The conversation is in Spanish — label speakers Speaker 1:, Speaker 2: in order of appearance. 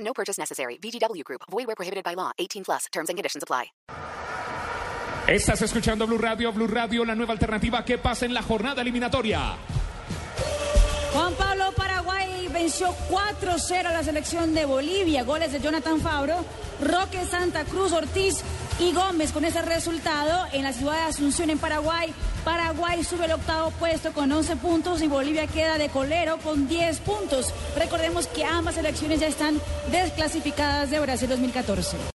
Speaker 1: No purchase necessary. VGW Group. Void where prohibited by law. 18 plus. Terms and conditions apply.
Speaker 2: Estás escuchando Blue Radio, Blue Radio, la nueva alternativa que pasa en la jornada eliminatoria.
Speaker 3: Juan Pablo Paraguay venció 4-0 a la selección de Bolivia. Goles de Jonathan Fabro, Roque Santa Cruz Ortiz y Gómez. Con ese resultado, en la ciudad de Asunción, en Paraguay, Paraguay sube el octavo puesto con 11 puntos y Bolivia queda de colero con 10 puntos. Recordemos que ambas selecciones ya están desclasificadas de Brasil 2014.